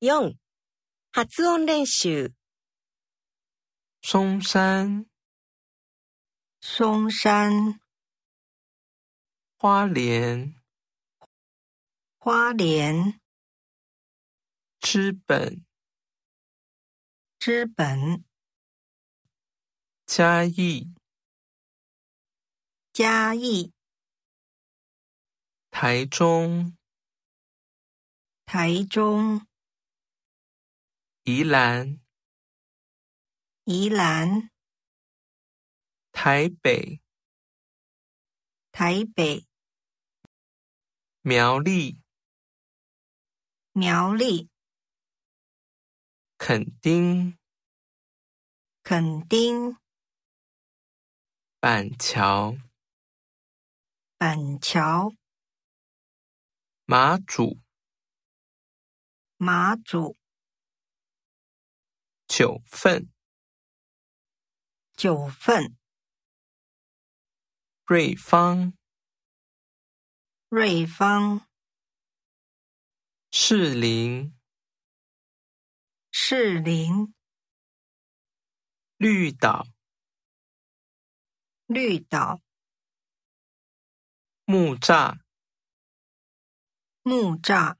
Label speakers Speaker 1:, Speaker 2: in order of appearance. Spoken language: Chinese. Speaker 1: 4. 発音練習。
Speaker 2: 松山、
Speaker 3: 松山、
Speaker 2: 花莲、
Speaker 3: 花莲、
Speaker 2: 知本、
Speaker 3: 知本、
Speaker 2: 嘉义、
Speaker 3: 嘉义、
Speaker 2: 台中、
Speaker 3: 台中、
Speaker 2: 宜兰、
Speaker 3: 宜兰、
Speaker 2: 台北、
Speaker 3: 台北、
Speaker 2: 苗栗、
Speaker 3: 苗栗、
Speaker 2: 垦丁、
Speaker 3: 垦丁、
Speaker 2: 板桥、
Speaker 3: 板桥、
Speaker 2: 马祖、
Speaker 3: 马祖、
Speaker 2: 九份、
Speaker 3: 九份、
Speaker 2: 瑞芳、
Speaker 3: 瑞芳、
Speaker 2: 士林、
Speaker 3: 士林、
Speaker 2: 绿岛、
Speaker 3: 绿岛、
Speaker 2: 木栅、
Speaker 3: 木栅、